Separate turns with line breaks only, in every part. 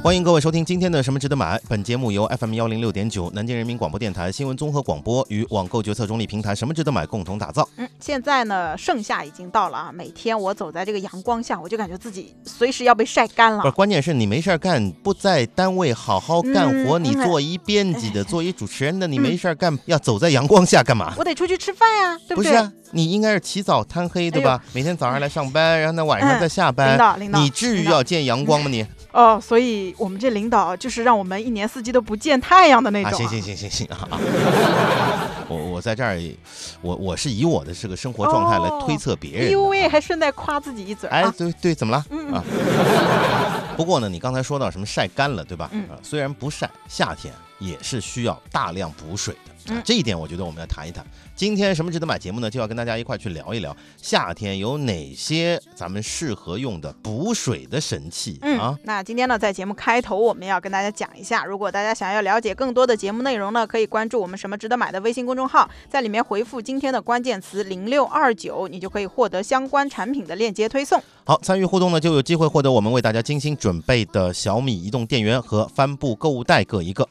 欢迎各位收听今天的《什么值得买》。本节目由 FM 幺零六点九南京人民广播电台新闻综合广播与网购决策中立平台“什么值得买”共同打造。
嗯，现在呢，盛夏已经到了啊，每天我走在这个阳光下，我就感觉自己随时要被晒干
不是，
了。
关键是你没事儿干，不在单位好好干活，
嗯
你
嗯
做一编辑的，做一主持人的，你没事儿干，要走在阳光下干嘛？
我得出去吃饭呀、嗯对哎
不是
对？
啊，你应该是起早贪黑，对吧？每天早上来上班，然后呢晚上
嗯
再下
领
班，
导，领导，
你至于
领导
要见阳光吗你？
哦，所以我们这领导就是让我们一年四季都不见太阳的那
啊，
种、
行行行行行啊！啊 我我在这儿，我我是以我的这个生活状态来推测别人
哎
的。
呦喂，还顺带夸自己一 嘴
啊哎
啊，！
对对，怎么了？
嗯
啊。不过呢，你刚才说到什么晒干了，对吧？
嗯
啊，虽然不晒，夏天也是需要大量补水的。啊
嗯
这一点我觉得我们要谈一谈。今天什么值得买节目呢？就要跟大家一块去聊一聊夏天有哪些咱们适合用的补水的神器
嗯，
啊。
那今天呢，在节目开头我们要跟大家讲一下，如果大家想要了解更多的节目内容呢，可以关注我们“什么值得买”的微信公众号，在里面回复今天的关键词零六二九，你就可以获得相关产品的链接推送。
好，参与互动呢，就有机会获得我们为大家精心准备的小米移动电源和帆布购物袋各一个。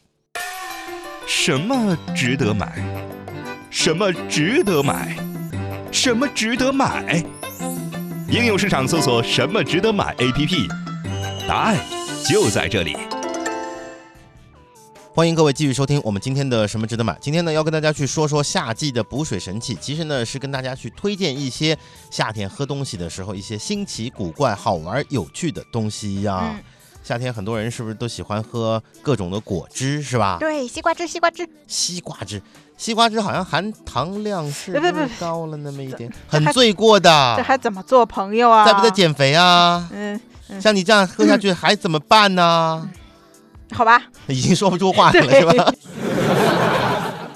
什么值得买？什么值得买？什么值得买？应用市场搜索“什么值得买 ”APP，答案就在这里。
欢迎各位继续收听我们今天的什么值得买。今天呢，要跟大家去说说夏季的补水神器。其实呢，是跟大家去推荐一些夏天喝东西的时候一些新奇、古怪、好玩、有趣的东西呀、
嗯，
夏天很多人是不是都喜欢喝各种的果汁，是吧？
对，西瓜汁，西瓜汁，
西瓜汁，西瓜汁好像含糖量是
别
不
别
是
别
高了那么一点，
这
很
还
罪过
这
的。
还怎么做朋友啊？
啊在不在？减肥啊？
嗯，
像你这样喝下去还怎么办呢？
好吧，
已经说不出话来了，
对
是吧？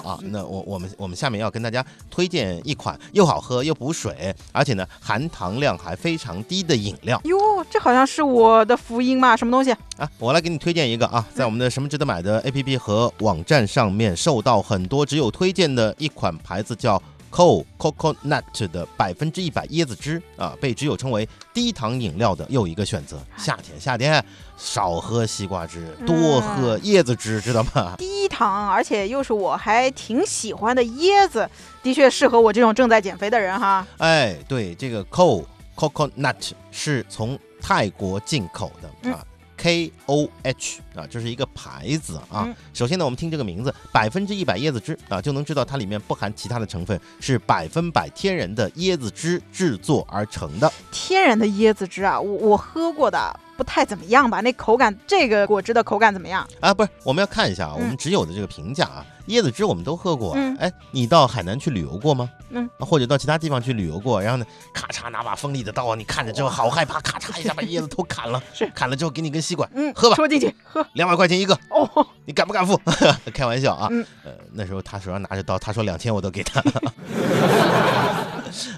啊，那我我们我们下面要跟大家推荐一款又好喝又补水，而且呢含糖量还非常低的饮料
哟，这好像是我的福音嘛，什么东西？
啊！我来给你推荐一个啊，在我们的什么值得买的 APP 和网站上面受到很多只有推荐的一款牌子叫 Co Coconut 的百分之一百椰子汁啊，被只有称为低糖饮料的又一个选择。夏天夏天少喝西瓜汁，多喝椰子汁，知道吗？
低糖，而且又是我还挺喜欢的椰子，的确适合我这种正在减肥的人哈。
哎，对，这个 co coconut 是从泰国进口的
嗯
啊。K O H 啊，这是一个牌子啊。
嗯
首先呢，我们听这个名字，百分之一百椰子汁啊，就能知道它里面不含其他的成分，是百分百天然的椰子汁制作而成的。
天然的椰子汁啊，我我喝过的不太怎么样吧？那口感，这个果汁的口感怎么样？
啊，不是，我们要看一下啊，
嗯
我们只有的这个评价啊，椰子汁我们都喝过啊。
嗯
哎，你到海南去旅游过吗？
嗯
啊，或者到其他地方去旅游过，然后呢，咔嚓拿把锋利的刀啊，你看着之后好害怕，咔嚓一下把椰子头砍了，
是
砍了之后给你根吸管，
嗯，
喝吧
说进去，喝
两百块钱一个，
哦。
你敢不敢付？ 开玩笑啊，
嗯
呃，那时候他手上拿着刀，他说两千我都给他。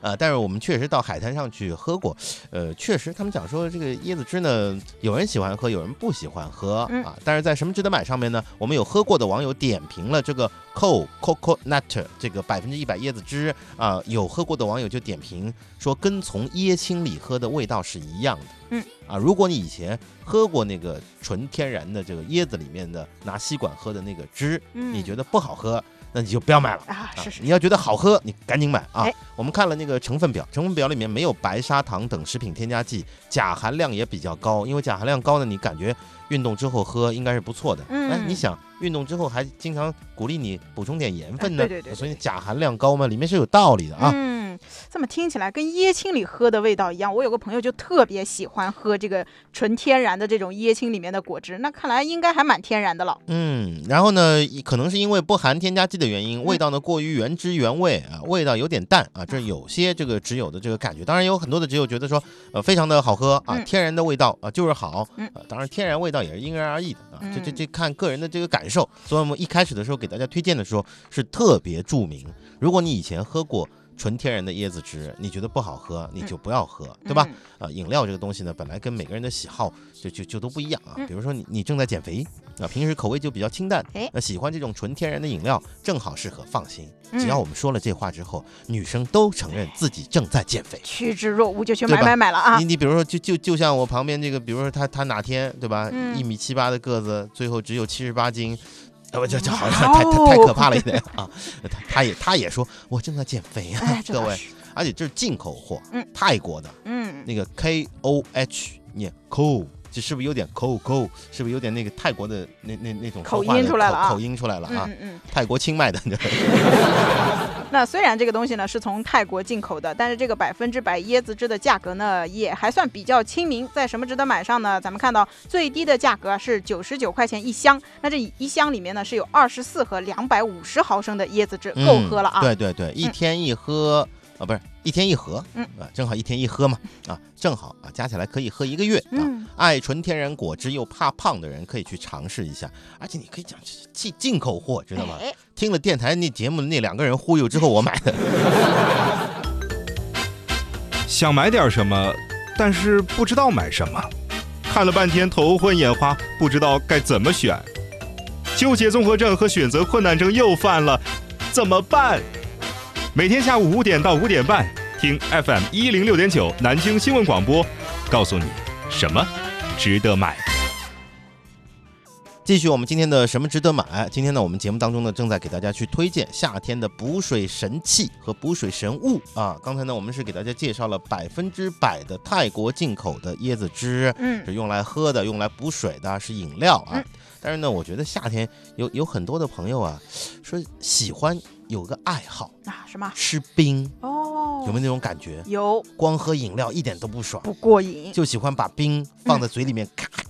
呃，但是我们确实到海滩上去喝过，呃，确实他们讲说这个椰子汁呢，有人喜欢喝，有人不喜欢喝、
嗯
啊。但是在什么值得买上面呢，我们有喝过的网友点评了这个 Co Coconut 这个百分之一百椰子汁啊、有喝过的网友就点评说跟从椰青里喝的味道是一样的。
嗯
啊，如果你以前喝过那个纯天然的这个椰子里面的拿吸管喝的那个汁，
嗯
你觉得不好喝，那你就不要买了。
啊？
啊
是是，
你要觉得好喝，你赶紧买啊
哎！
我们看了那个成分表，成分表里面没有白砂糖等食品添加剂，钾含量也比较高。因为钾含量高呢，你感觉运动之后喝应该是不错的。哎，
嗯
你想运动之后还经常鼓励你补充点盐分
哎
呢，
对对对对
所以钾含量高嘛，里面是有道理的啊。
嗯，这么听起来跟椰青里喝的味道一样。我有个朋友就特别喜欢喝这个纯天然的这种椰青里面的果汁，那看来应该还蛮天然的了。
嗯，然后呢，也可能是因为不含添加剂的原因，味道呢过于原汁原味啊，
嗯
味道有点淡啊，这有些这个只有的这个感觉。当然有很多的只有觉得说，呃，非常的好喝啊，
嗯
天然的味道啊就是好。
嗯
啊当然天然味道也是因人而异的啊，这这
嗯
这看个人的这个感受。所以我们一开始的时候给大家推荐的时候是特别注明，如果你以前喝过纯天然的椰子汁，你觉得不好喝，你就不要喝，对吧？
嗯？
啊，饮料这个东西呢，本来跟每个人的喜好就就就都不一样啊
嗯。
比如说你你正在减肥啊，平时口味就比较清淡
哎，
那喜欢这种纯天然的饮料，正好适合。放心，只
嗯
要我们说了这话之后，女生都承认自己正在减肥。
趋之若鹜，就去
对
买
吧
买买了啊
你！你比如说，就就就像我旁边这个，比如说他他哪天对吧，
嗯
一米七八的个子，最后只有七十八斤，呃，不这这好
哇
像太太太
哦
可怕了一点啊！ 他他也他也说我正在减肥啊
哎，，这
各
倒
位，
是，
而且这是进口货
嗯，
泰国的
嗯，
那个 K O H 念 Ko，这是不是有点 Ko Ko？是不是有点那个泰国的那那那种
口
说话的
音出来了啊
口口音出来了啊！
嗯嗯
泰国清迈的，
嗯，那虽然这个东西呢是从泰国进口的，但是这个百分之百椰子汁的价格呢也还算比较亲民，在什么值得买上呢？咱们看到最低的价格啊是九十九块钱一箱，那这一箱里面呢是有二十四盒两百五十毫升的椰子汁，够喝了啊！
嗯对对对，一天一喝、啊，不是一天一盒，
嗯
啊，正好一天一喝嘛，啊，正好啊，加起来可以喝一个月啊。
嗯，
爱纯天然果汁又怕胖的人可以去尝试一下，而且你可以讲这是进进口货，知道吗？
哎，
听了电台那节目那两个人忽悠之后，我买的。
想买点什么，但是不知道买什么，看了半天头昏眼花，不知道该怎么选，纠结综合症和选择困难症又犯了，怎么办？每天下午五点到五点半，听 FM 一零六点九南京新闻广播，告诉你什么值得买。
继续我们今天的什么值得买？哎今天呢，我们节目当中呢，正在给大家去推荐夏天的补水神器和补水神物啊。刚才呢，我们是给大家介绍了百分之百的泰国进口的椰子汁，
嗯，
是用来喝的，用来补水的，是饮料啊。
嗯
但是呢，我觉得夏天有有很多的朋友啊，说喜欢有个爱好，
啊什么？
吃冰，
哦，
有没有那种感觉？
有
光喝饮料一点都不爽，
不过瘾，
就喜欢把冰放在嘴里面，咔咔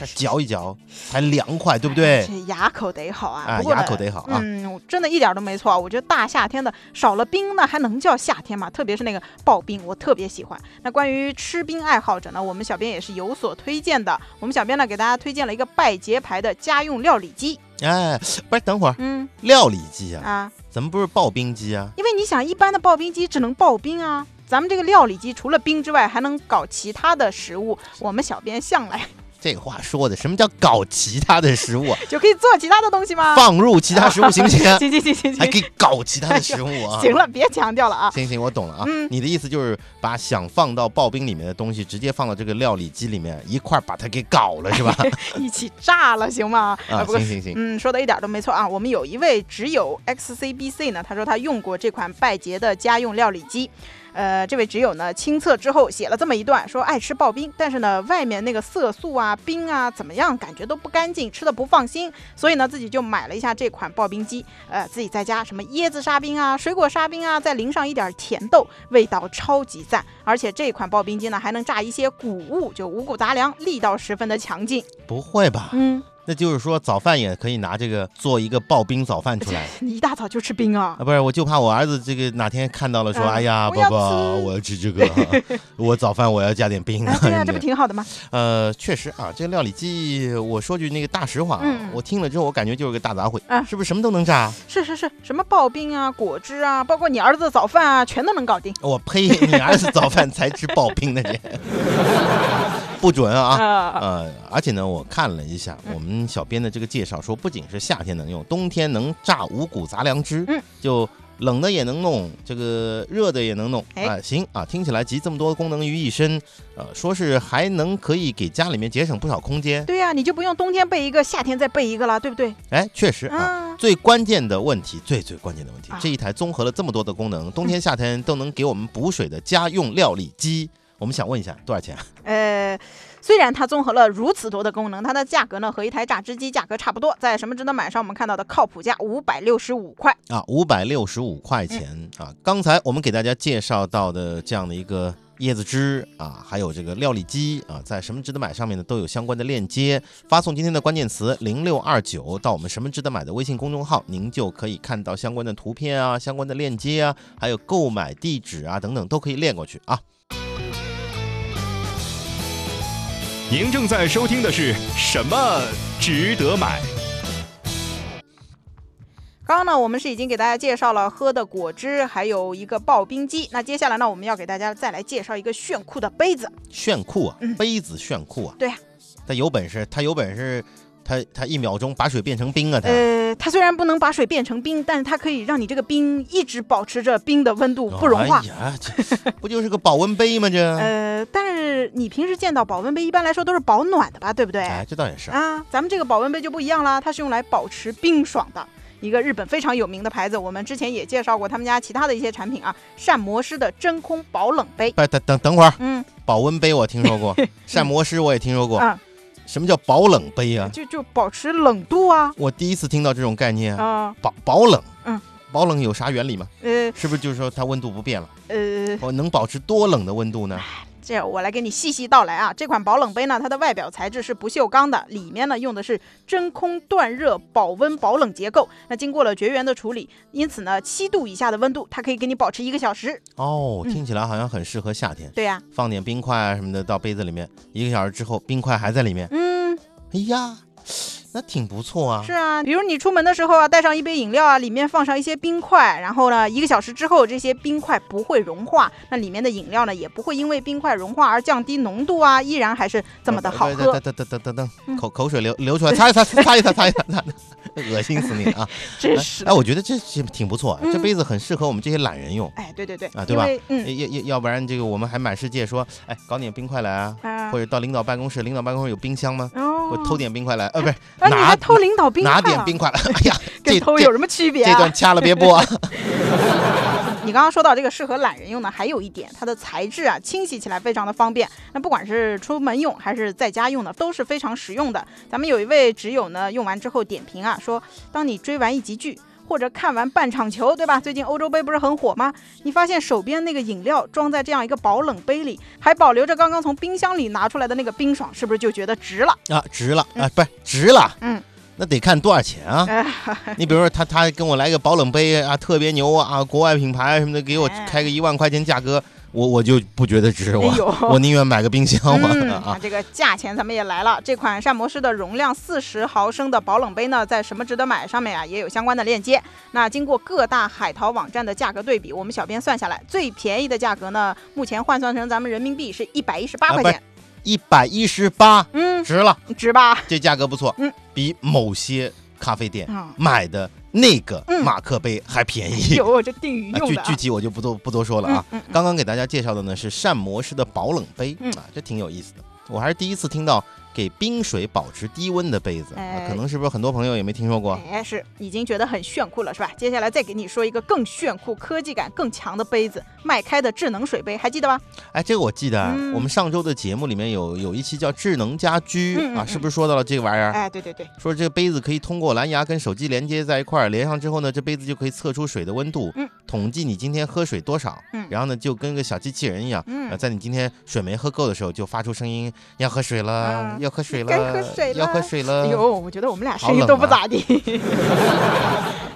咔嚼一嚼，才凉快，对不对？
这牙口得好啊，
哎啊，
不过呢
牙口得好啊。
嗯，我真的一点都没错。啊我觉得大夏天的少了冰呢，还能叫夏天吗？特别是那个刨冰，我特别喜欢。那关于吃冰爱好者呢，我们小编也是有所推荐的。我们小编呢给大家推荐了一个拜节牌的家用料理机。
哎，不是，等会儿
嗯
料理机啊，
啊，
咱们不是刨冰机啊？
因为你想，一般的刨冰机只能刨冰啊。咱们这个料理机除了冰之外，还能搞其他的食物。我们小编向来
这个话说的，什么叫搞其他的食物啊？
就可以做其他的东西吗？？
放入其他食物行不行啊
啊 行行行行
还可
行，
以搞其他的食物啊？
行了，别强调 了啊。
行行，我懂了啊。
嗯
你的意思就是把想放到刨冰里面的东西，直接放到这个料理机里面，一块儿把它给搞了，是 吧？
一起炸了，行吗？
啊，
不过
行行行，
嗯，说的一点都没错啊。我们有一位只友 XCBC 呢，他说他用过这款拜捷的家用料理机。呃，这位只友呢亲测之后写了这么一段，说爱吃刨冰，但是呢外面那个色素啊、冰啊怎么样，感觉都不干净，吃的不放心，所以呢自己就买了一下这款刨冰机。呃，自己在家什么椰子沙冰啊、水果沙冰啊，再淋上一点甜豆，味道超级赞。而且这款刨冰机呢还能炸一些谷物，就五谷杂粮，力道十分的强劲。
不会吧？
嗯，
那就是说早饭也可以拿这个做一个刨冰早饭 出来
你一大早就吃冰啊
啊？？不是，我就怕我儿子这个哪天看到了说，
嗯
哎呀，
我
爸
要
爸，
吃
我要吃这个， 我早饭我要加点冰
哎，对啊，
什么
这不
的
挺好的吗？
呃，确实啊，这料理机，我说句那个大实话啊
嗯，
我听了之后我感觉就是个大杂烩
啊，
是不是什么都能炸？
是是是，什么刨冰啊、果汁啊，包括你儿子的早饭啊，全都能搞定。
我呸！你儿子早饭才吃刨冰的 人，不准啊！
啊，
呃，而且呢，我看了一下
嗯
我们小编的这个介绍，说不仅是夏天能用，冬天能榨五谷杂粮汁，
嗯
就冷的也能弄，这个热的也能弄，
哎
啊、行啊，听起来集这么多功能于一身，呃，说是还能可以给家里面节省不少空间，
对呀、你就不用冬天备一个，夏天再备一个了，对不对？
哎，确实啊。
啊，
最关键的问题，最最关键的问题
啊，
这一台综合了这么多的功能，冬天夏天都能给我们补水的家用料理机，我们想问一下多少钱啊？
呃，虽然它综合了如此多的功能，它的价格呢和一台榨汁机价格差不多，在什么值得买上我们看到的靠谱价五百六十五块。
啊，五百六十五块钱啊！刚才我们给大家介绍到的这样的一个椰子汁啊，还有这个料理机啊，在什么值得买上面呢都有相关的链接，发送今天的关键词零六二九到我们什么值得买的微信公众号，您就可以看到相关的图片啊、相关的链接啊，还有购买地址啊等等都可以列过去啊。
您正在收听的是什么值得买？
刚刚呢，我们是已经给大家介绍了喝的果汁，还有一个刨冰机。那接下来呢，我们要给大家再来介绍一个炫酷的杯子。
炫酷啊
嗯，
杯子炫酷啊，
对啊
他有本事，他有本事，他他一秒钟把水变成冰啊，他。
呃，它虽然不能把水变成冰，但是它可以让你这个冰一直保持着冰的温度不融化
哎。呀，这 不就是个保温杯吗？这，
呃，但是你平时见到保温杯，一般来说都是保暖的吧，对不对？
哎，这倒也是。
啊，咱们这个保温杯就不一样啦，它是用来保持冰爽的。一个日本非常有名的牌子，我们之前也介绍过他们家其他的一些产品啊，膳魔师的真空保冷杯。
不，等等等会儿，
嗯，
保温杯我听说过， 膳魔师我也听说过
啊，
什么叫保冷杯啊？
就就保持冷度啊，
我第一次听到这种概念啊，
啊，
保保冷，
嗯，
保冷有啥原理吗？
呃
是不是就是说它温度不变了？
呃，
我能保持多冷的温度呢？
这样我来给你细细道来啊。这款保冷杯呢，它的外表材质是不锈钢的，里面呢用的是真空断热保温保冷结构，那经过了绝缘的处理，因此呢，七度以下的温度它可以给你保持一个小时。
哦，
嗯
听起来好像很适合夏天，
对呀、
放点冰块啊什么的到杯子里面，一个小时之后冰块还在里面。
嗯，
哎呀，那挺不错啊
是。啊，比如你出门的时候啊，带上一杯饮料啊，里面放上一些冰块，然后呢，一个小时之后这些冰块不会融化，那里面的饮料呢也不会因为冰块融化而降低浓度啊，依然还是这么的好
等
喝。
等等等等等，
嗯
口口水流流出来，擦一擦，擦一擦，擦一擦，擦一擦，恶心死你了啊！
真是
哎，，我觉得这这挺不错，
嗯
这杯子很适合我们这些懒人用。
哎，对对对，
啊对
因
吧
为嗯
要要要不然这个我们还满世界说，哎，搞点冰块来啊，
啊
或，者到领导办公室，领导办公室有冰箱吗？
哦
我偷，点冰块来，呃，不是
啊，你
拿
还偷领导冰块、啊，
拿点冰块来。哎呀，
跟
这
偷
这
有什么区别
这
啊
段？掐了别播啊。
你刚刚说到这个适合懒人用呢，还有一点，它的材质啊，清洗起来非常的方便。那不管是出门用还是在家用的，都是非常实用的。咱们有一位挚友呢，用完之后点评啊，说当你追完一集剧。或者看完半场球，对吧？最近欧洲杯不是很火吗？你发现手边那个饮料装在这样一个保冷杯里，还保留着刚刚从冰箱里拿出来的那个冰爽，是不是就觉得值了？
啊，值了啊，不是值了，
嗯，
那得看多少钱啊。
哎
你比如说他他跟我来个保冷杯啊，特别牛啊，啊国外品牌什么的，给我
哎
开个一万块钱价格，我我就不觉得值，我
哎呦
我宁愿买个冰箱嘛
嗯，
啊
啊，。这个价钱咱们也来了。这款膳魔师的容量四十毫升的保冷杯呢，在什么值得买上面啊也有相关的链接。那经过各大海淘网站的价格对比，我们小编算下来，最便宜的价格呢，目前换算成咱们人民币是一百一十八
啊
块
不是
钱。
一百一十八，
嗯，
值了，
值吧？
这价格不错，
嗯，
比某些咖啡店
啊，
买的那个
嗯
马克杯还便宜。
有这定语
啊
用
具
的、啊
具。体我就不多不多说了啊。
嗯嗯
刚刚给大家介绍的呢是膳魔式的保冷杯
嗯
啊，这挺有意思的。我还是第一次听到给冰水保持低温的杯子，啊
哎
可能是不是很多朋友也没听说过？啊
哎，是已经觉得很炫酷了，是吧？接下来再给你说一个更炫酷、科技感更强的杯子——迈开的智能水杯，还记得吧？
哎，这个我记得啊，
嗯
我们上周的节目里面有有一期叫智能家居
嗯嗯
啊，
嗯
是不是说到了这个玩意儿？
哎，对对对，
说这个杯子可以通过蓝牙跟手机连接在一块儿，连上之后呢，这杯子就可以测出水的温度，
嗯
统计你今天喝水多少，
嗯
然后呢就跟个小机器人一样。
嗯
呃，，在你今天水没喝够的时候，就发出声音，要喝水了，
啊
要喝水了，
该喝水
要喝
了
水
哎
了。
呦，我觉得我们俩
呃好
声音
冷
都不
啊
咋地。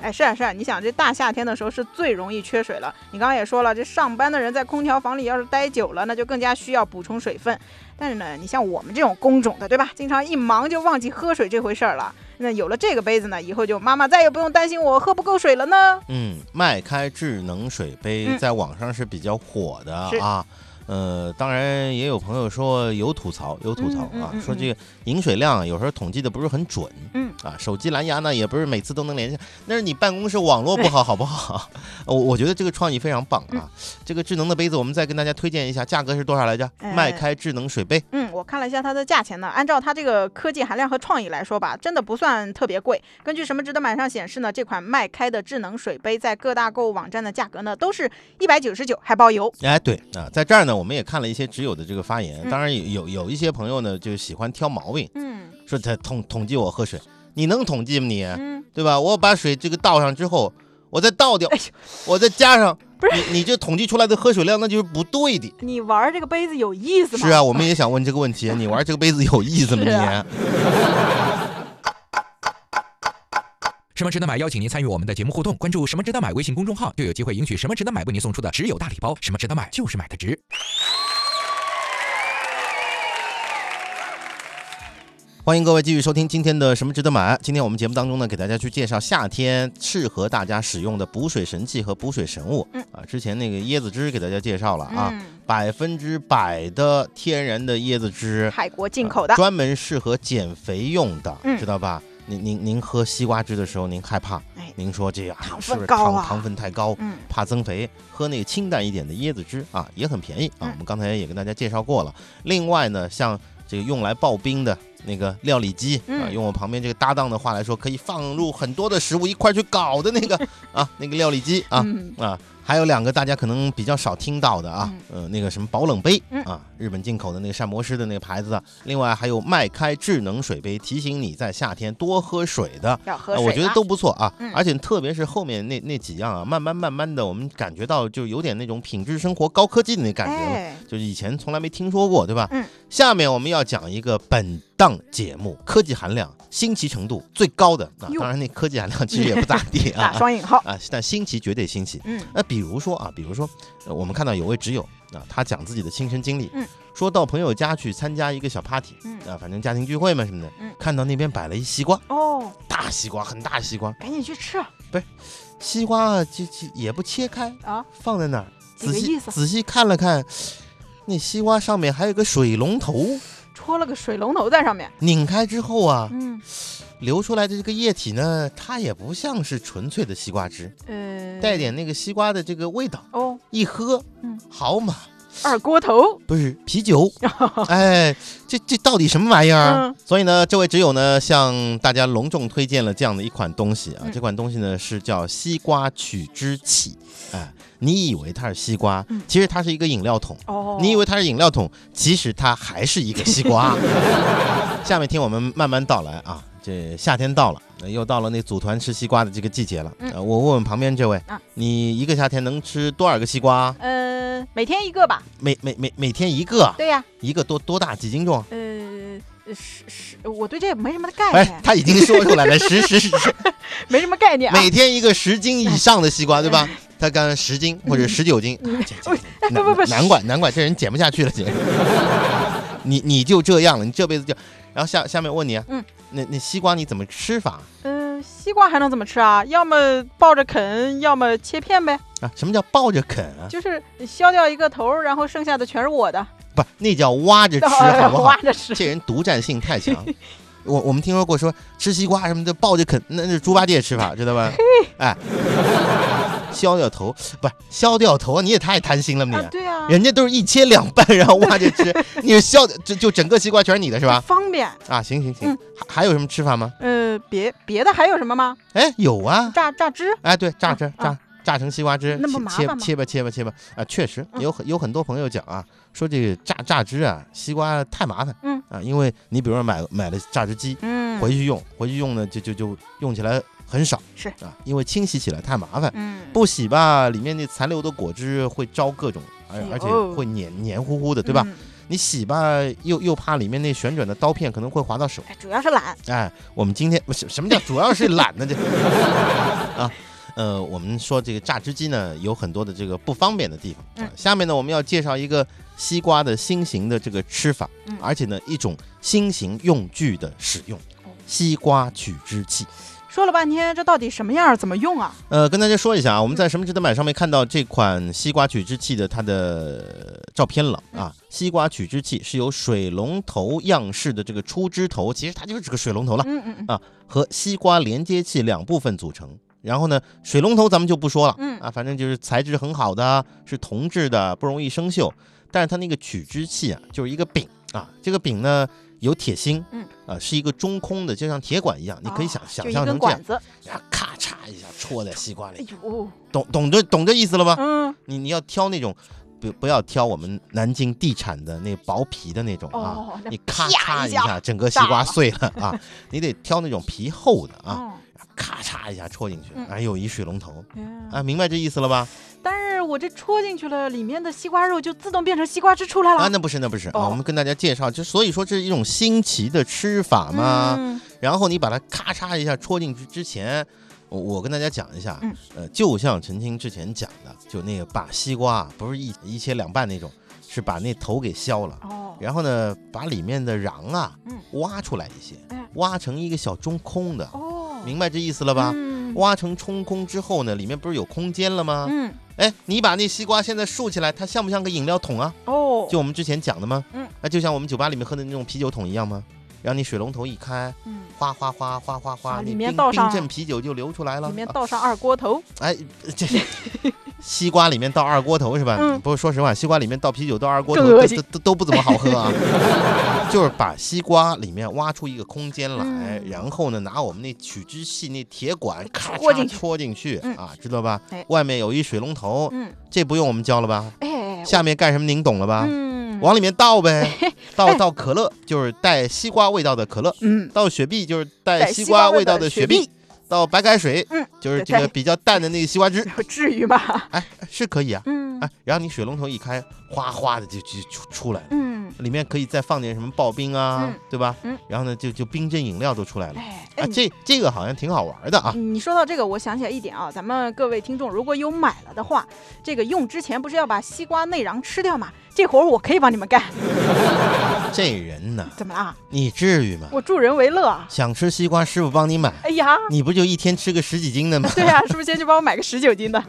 哎，是啊是啊，你想这大夏天的时候是最容易缺水了。你刚刚也说了，这上班的人在空调房里要是待久了，那就更加需要补充水分。但是呢，你像我们这种工种的，对吧？经常一忙就忘记喝水这回事儿了。那有了这个杯子呢，以后就妈妈再也不用担心我喝不够水了呢。
嗯，迈开智能水杯
嗯
在网上是比较火的
是
啊。呃，当然也有朋友说有吐槽，有吐槽
嗯嗯
啊，
嗯
说
嗯
这个饮水量有时候统计的不是很准，
嗯
啊，手机蓝牙呢也不是每次都能连上，那是你办公室网络不好，好不好？ 我我觉得这个创意非常棒
嗯
啊。这个智能的杯子，我们再跟大家推荐一下，价格是多少来着？
呃
迈开智能水杯，
嗯，我看了一下它的价钱呢，按照它这个科技含量和创意来说吧，真的不算特别贵。根据什么值得买上显示呢，这款迈开的智能水杯在各大购物网站的价格呢都是一百九十九，还包邮。
哎，对啊，在这儿呢，我们也看了一些挚友的这个发言，
嗯
当然有有有一些朋友呢就喜欢挑毛病，
嗯
说他统统计我喝水，你能统计吗你？
嗯，
对吧？我把水这个倒上之后，我再倒掉，
哎呦
我再加上，
不是
你你这统计出来的喝水量那就是不对的。
你玩这个杯子有意思吗？
是啊，我们也想问这个 问题，你玩这个杯子有意思吗？
是
你、
啊
什么值得买？邀请您参与我们的节目互动，关注“什么值得买”微信公众号，就有机会赢取“什么值得买”为您送出的只有大礼包。什么值得买，就是买的值。
欢迎各位继续收听今天的《什么值得买》。今天我们节目当中呢，给大家去介绍夏天适合大家使用的补水神器和补水神物。
嗯
啊，之前那个椰子汁给大家介绍了啊，
嗯，
百分之百的天然的椰子汁，
泰国进口的
呃，专门适合减肥用的，
嗯
知道吧？您您您喝西瓜汁的时候，您害怕，
哎，
您说这样
糖
是不是
分高
糖
啊
糖分太高，
嗯，
怕增肥，喝那个清淡一点的椰子汁啊，也很便宜啊。
嗯
我们刚才也跟大家介绍过了。另外呢，像这个用来刨冰的那个料理机啊，
嗯
用我旁边这个搭档的话来说，可以放入很多的食物一块去搞的那个啊，那个料理机啊
嗯，
啊。还有两个大家可能比较少听到的啊，呃，那个什么保冷杯
嗯
啊，日本进口的那个膳魔师的那个牌子的。另外还有迈开智能水杯，提醒你在夏天多喝水的。
要喝
啊
水
我觉得
了
都不错啊，
嗯
而且特别是后面那那几样啊，慢慢慢慢的，我们感觉到就有点那种品质生活高科技的那感觉了，啊
哎，
就是以前从来没听说过，对吧？
嗯。
下面我们要讲一个本档节目科技含量、新奇程度最高的，啊、
哟
当然那科技含量其实也不咋地
打
啊
双引号，
啊，但新奇绝对新奇。
嗯
那比如说啊，比如说，呃我们看到有位挚友啊，他讲自己的亲身经历，
嗯
说到朋友家去参加一个小 party，
嗯
啊，反正家庭聚会嘛什么的，
嗯
看到那边摆了一西瓜，
哦，
大西瓜，很大西瓜，
赶紧去吃，
西瓜这这也不切开
啊，
放在那儿，
几个
仔细
意思
仔细看了看，那西瓜上面还有个水龙头，
戳了个水龙头在上面，
拧开之后啊，
嗯
流出来的这个液体呢，它也不像是纯粹的西瓜汁，
呃，
带点那个西瓜的这个味道，
哦，
一喝，
嗯，
好嘛，
二锅头，
不是啤 酒，哎，这这到底什么玩意儿？
嗯
所以呢，这位挚友呢向大家隆重推荐了这样的一款东西啊，
嗯
这款东西呢是叫西瓜取汁器，哎，你以为它是西瓜，
嗯
其实它是一个饮料桶。
哦，
你以为它是饮料桶，其实它还是一个西 瓜。下面听我们慢慢道来啊，这夏天到了，呃又到了那组团吃西瓜的这个季节了。
嗯
呃，我问问旁边这位
啊，
你一个夏天能吃多少个西瓜？
呃，每天一个吧，
每每每每天一个，啊
对呀，
一个多多大几斤重啊？
呃。是是，我对这也没什么概
哎
念，，
他已经说出来了，十十 十，
没什么概念啊。
每天一个十斤以上的西瓜，对吧？他刚刚十斤或者十九斤，啊 这这
嗯不不不
难难怪难怪这人减不下去了，姐。 你你就这样了，你这辈子就……然后下下面问你，啊
嗯，
那那西瓜你怎么吃法
嗯、西瓜还能怎么吃啊？要么抱着啃，要么切片呗，
啊？什么叫抱着啃啊？
就是削掉一个头儿，然后剩下的全是我的，
不，那叫挖 着吃，好不好
挖？着吃。
这人独占性太 强。我我们听说过说吃西瓜什么的抱着啃，那那是猪八戒吃 法，知道吧？哎，削掉头不是削掉头，你也太贪心了你。
啊，对啊，
人家都是一切两半，然后挖着 吃，你削的就就整个西瓜全是你的是吧？
方便。
啊，行行行，
嗯
还还有什么吃法吗？
呃，别别的还有什么吗？
哎，有啊，
榨榨汁，
哎，对，榨
啊
汁、
啊
榨榨成西瓜汁，
那不麻
切切
烦吗
切吧切吧切吧，啊，确实
嗯
有很有很多朋友讲啊，说这个榨榨汁啊，西瓜太麻烦，
嗯
啊，因为你比如说买买了榨汁机，
嗯，
回去用，回去用呢就就就用起来很少，
是
啊，因为清洗起来太麻烦，
嗯，
不洗吧，里面那残留的果汁会招各种，而而且
有
会黏黏糊糊的，对吧？
哦嗯？
你洗吧，又又怕里面那旋转的刀片可能会划到手。
哎，主要是懒，
哎，我们今天不是什么 叫主要是懒呢？这 啊，呃，我们说这个榨汁机呢有很多的这个不方便的地方啊
嗯。
下面呢，我们要介绍一个西瓜的新型的这个吃法
嗯，
而且呢一种新型用具的使用
哦。
西瓜取汁器，
说了半天，这到底什么样儿，怎么用啊？
呃，跟大家说一下啊，我们在什么值得买上面看到这款西瓜取汁器的它的照片了
嗯
啊。西瓜取汁器是由水龙头样式的这个出汁头，其实它就是个水龙头了，
嗯嗯
啊和西瓜连接器两部分组成。然后呢，水龙头咱们就不说了，
嗯
啊，反正就是材质很好的，是铜制的，不容易生锈。但是它那个取汁器啊，就是一个柄啊，这个柄呢有铁芯，
嗯，
啊，是一个中空的，就像铁管一样，
嗯，
你可以
啊
想、想
就一
象成
根
这样
管，子，
然后咔嚓一下戳在西瓜
哎
里，
呦，
懂懂这懂这意思了吗？
嗯，
你你要挑那种，不不要挑我们南京地产的那薄皮的那种啊，
哦，那
你咔
啪
嚓
一
一
下
下，整个西
大
瓜
了
碎了啊，你得挑那种皮厚的啊。
哦
咔嚓一下戳进去
嗯，
哎，有一水龙头，
嗯
啊，明白这意思了吧？
但是我这戳进去了，里面的西瓜肉就自动变成西瓜汁出来了。
啊，那不是那不是啊，
哦
我们跟大家介绍，就所以说这是一种新奇的吃法嘛。
嗯，
然后你把它咔嚓一下戳进去之前，我我跟大家讲一下
嗯，
呃，就像陈青之前讲的，就那个把西瓜啊不是一一切两半那种，是把那头给削了，
哦，
然后呢，把里面的瓤啊
嗯
挖出来一些
哎，
挖成一个小中空的，
哦，
明白这意思了
白
吧？
嗯
挖成中空之后呢，里面不是有空间了吗？
嗯，
哎，你把那西瓜现在竖起来，它像不像个饮料桶啊？
哦，
就我们之前讲的吗？
嗯，
那就像我们酒吧里面喝的那种啤酒桶一样吗？然后你水龙头一开，
嗯，
哗哗哗哗哗哗，
啊
那
里面
冰
倒上
冰镇啤酒就流出来了。
里面
啊
倒上二锅头，
哎，这西瓜里面倒二锅头是吧？
嗯
不过说实话，西瓜里面倒啤酒倒二锅头
更
都
恶
都
心
都都不怎么好喝啊。 就是把西瓜里面挖出一个空间来，
嗯
然后呢，拿我们那取汁器那铁管咔
戳
嚓
进去
戳进去
嗯
啊，知道吧
哎？
外面有一水龙头，
嗯，
这不用我们教了吧？
哎，
下面干什么您懂了吧？
嗯，
往里面倒呗， 倒倒可乐就是带西瓜味道的可乐，
嗯，
倒雪碧就是带
带
西
瓜
瓜味道
的
的雪碧，，倒白开水
嗯，
就是
对
这个
对
比较淡的那个西瓜 汁，
至于吧？
哎，是可以啊，
嗯
哎，然后你水龙头一开，哗哗的就就出出来了，
嗯，
里面可以再放点什么刨冰啊
嗯，
对吧
嗯？
然后呢，就就冰镇饮料都出来了，
哎，
啊
哎，你
这这个好像挺好玩的啊，
你说到这个，我想起来一点啊，咱们各位听众如果有买了的话，这个用之前不是要把西瓜内瓤吃掉吗？这活儿我可以帮你们干，嗯
这人呐，
怎么啦？
你至于吗？
我助人为乐啊！
想吃西瓜，师傅帮你买，
哎呀，
你不就一天吃个十几斤的吗？
对呀、是不是先去帮我买个十九斤 的？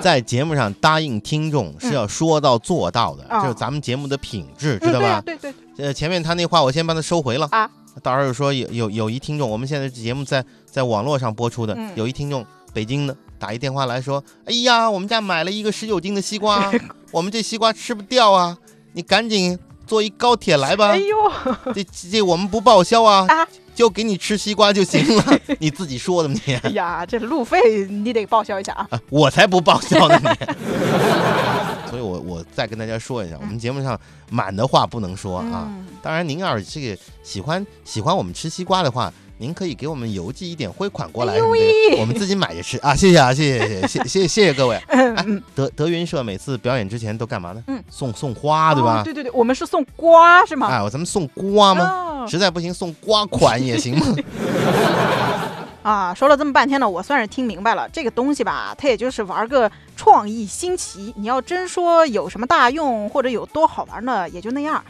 在节目上答应听众是要说到做到的，
嗯哦
这是咱们节目的品质，
嗯，
知道
对呀、
吧？
对对，
呃，前面他那话我先帮他收回了
啊。
到时候说有有有一听众，我们现在节目在在网络上播出的，
嗯
有一听众北京的打一电话来说，哎呀，我们家买了一个十九斤的西 瓜，我们这西瓜吃不掉啊，你赶紧坐一高铁来吧
哎，呦，
这这我们不报销啊
啊，
就给你吃西瓜就行了， 你自己说的你。
哎呀，这路费你得报销一下啊！
啊，我才不报销呢你。 所以我我再跟大家说一下，我们节目上满的话不能说啊。
嗯，
当然，您要是这个喜欢喜欢我们吃西瓜的话，您可以给我们邮寄一点汇款过来
哎
什
呦
么
喂
的，我们自己买着吃啊。谢谢啊，谢谢谢谢谢谢谢谢各 位。 哎，德德云社每次表演之前都干嘛呢？
嗯
送送花啊对吧
哦？对对对，我们是送瓜是吗？
哎，咱们送瓜吗？
哦
实在不行送瓜款也行 吗？
啊，说了这么半天呢，我算是听明白了，这个东西吧，它也就是玩个创意新奇。你要真说有什么大用或者有多好玩呢，也就那样。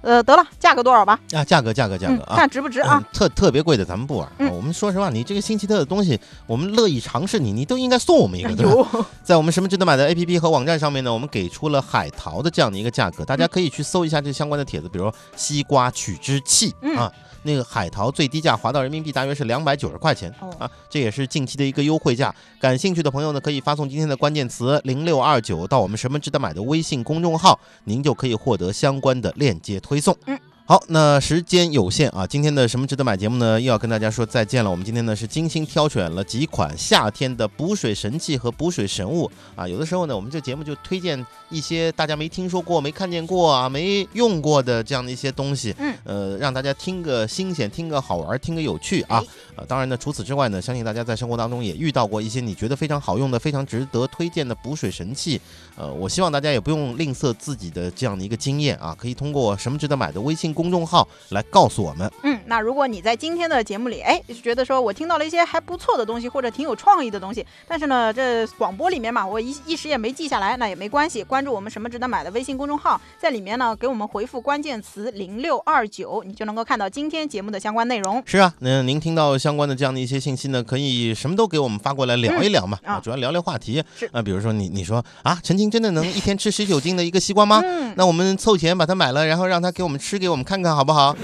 呃，得了，价格多少吧？
啊，价格价格价格
嗯，
啊！
看值不值啊
嗯？特特别贵的咱们不玩、啊
嗯
我们说实话，你这个新奇特的东西，我们乐意尝试你，你都应该送我们一
哎
个，对吧？
呦，
在我们什么值得买的 APP 和网站上面呢，我们给出了海淘的这样的一个价格，大
嗯
家可以去搜一下这相关的帖子，比如说西瓜取汁器、
嗯
啊，那个海淘最低价划到人民币大约是两百九十块钱、
哦
啊，这也是近期的一个优惠价。感兴趣的朋友呢，可以发送今天的关键词零六二九到我们什么值得买的微信公众号，您就可以获得相关的链接推送。
嗯。
好，那时间有限啊，今天的什么值得买节目呢，又要跟大家说再见了。我们今天呢是精心挑选了几款夏天的补水神器和补水神物啊，有的时候呢，我们这节目就推荐一些大家没听说过、没看见过啊、没用过的这样的一些东西，
嗯，
呃，让大家听个新鲜、听个好玩、听个有趣啊。
哎
呃，当然呢，除此之外呢，相信大家在生活当中也遇到过一些你觉得非常好用的、非常值得推荐的补水神器。呃，我希望大家也不用吝啬自己的这样的一个经验啊，可以通过“什么值得买”的微信公众号来告诉我们。
嗯，那如果你在今天的节目里，哎，觉得说我听到了一些还不错的东西，或者挺有创意的东西，但是呢，这广播里面嘛，我一一时也没记下来，那也没关系，关注我们什么值得买的微信公众号，在里面呢给我们回复关键词零六二九，你就能够看到今天节目的相关内容。
是啊，那您听到相关的这样的一些信息呢，可以什么都给我们发过来聊一聊嘛，
嗯啊
主要聊聊话题。
是
啊，比如说你你说啊，陈青真的能一天吃十九斤的一个西瓜吗？
嗯，
那我们凑钱把它买了，然后让他给我们吃，给我们看看好不好？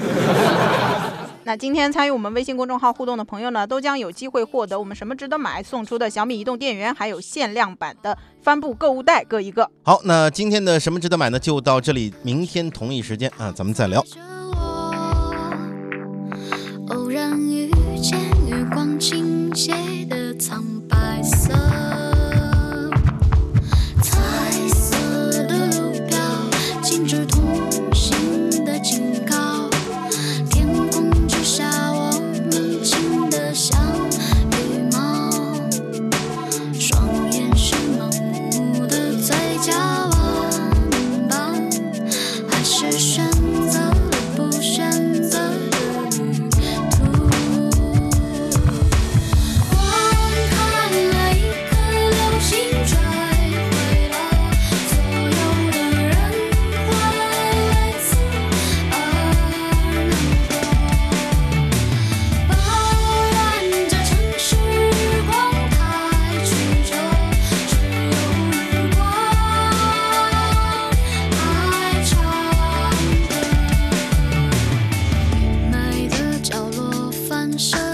那今天参与我们微信公众号互动的朋友呢，都将有机会获得我们什么值得买送出的小米移动电源，还有限量版的帆布购物袋各一个。
好，那今天的什么值得买呢？就到这里，明天同一时间啊，咱们再聊。
着我，偶然遇见月光倾斜的苍白色，彩色的路标，禁止通行的警告。天空之下，我们轻得像羽毛，双眼是盲目的，嘴角啊弯刀。还是选择了不选择的旅途。我难舍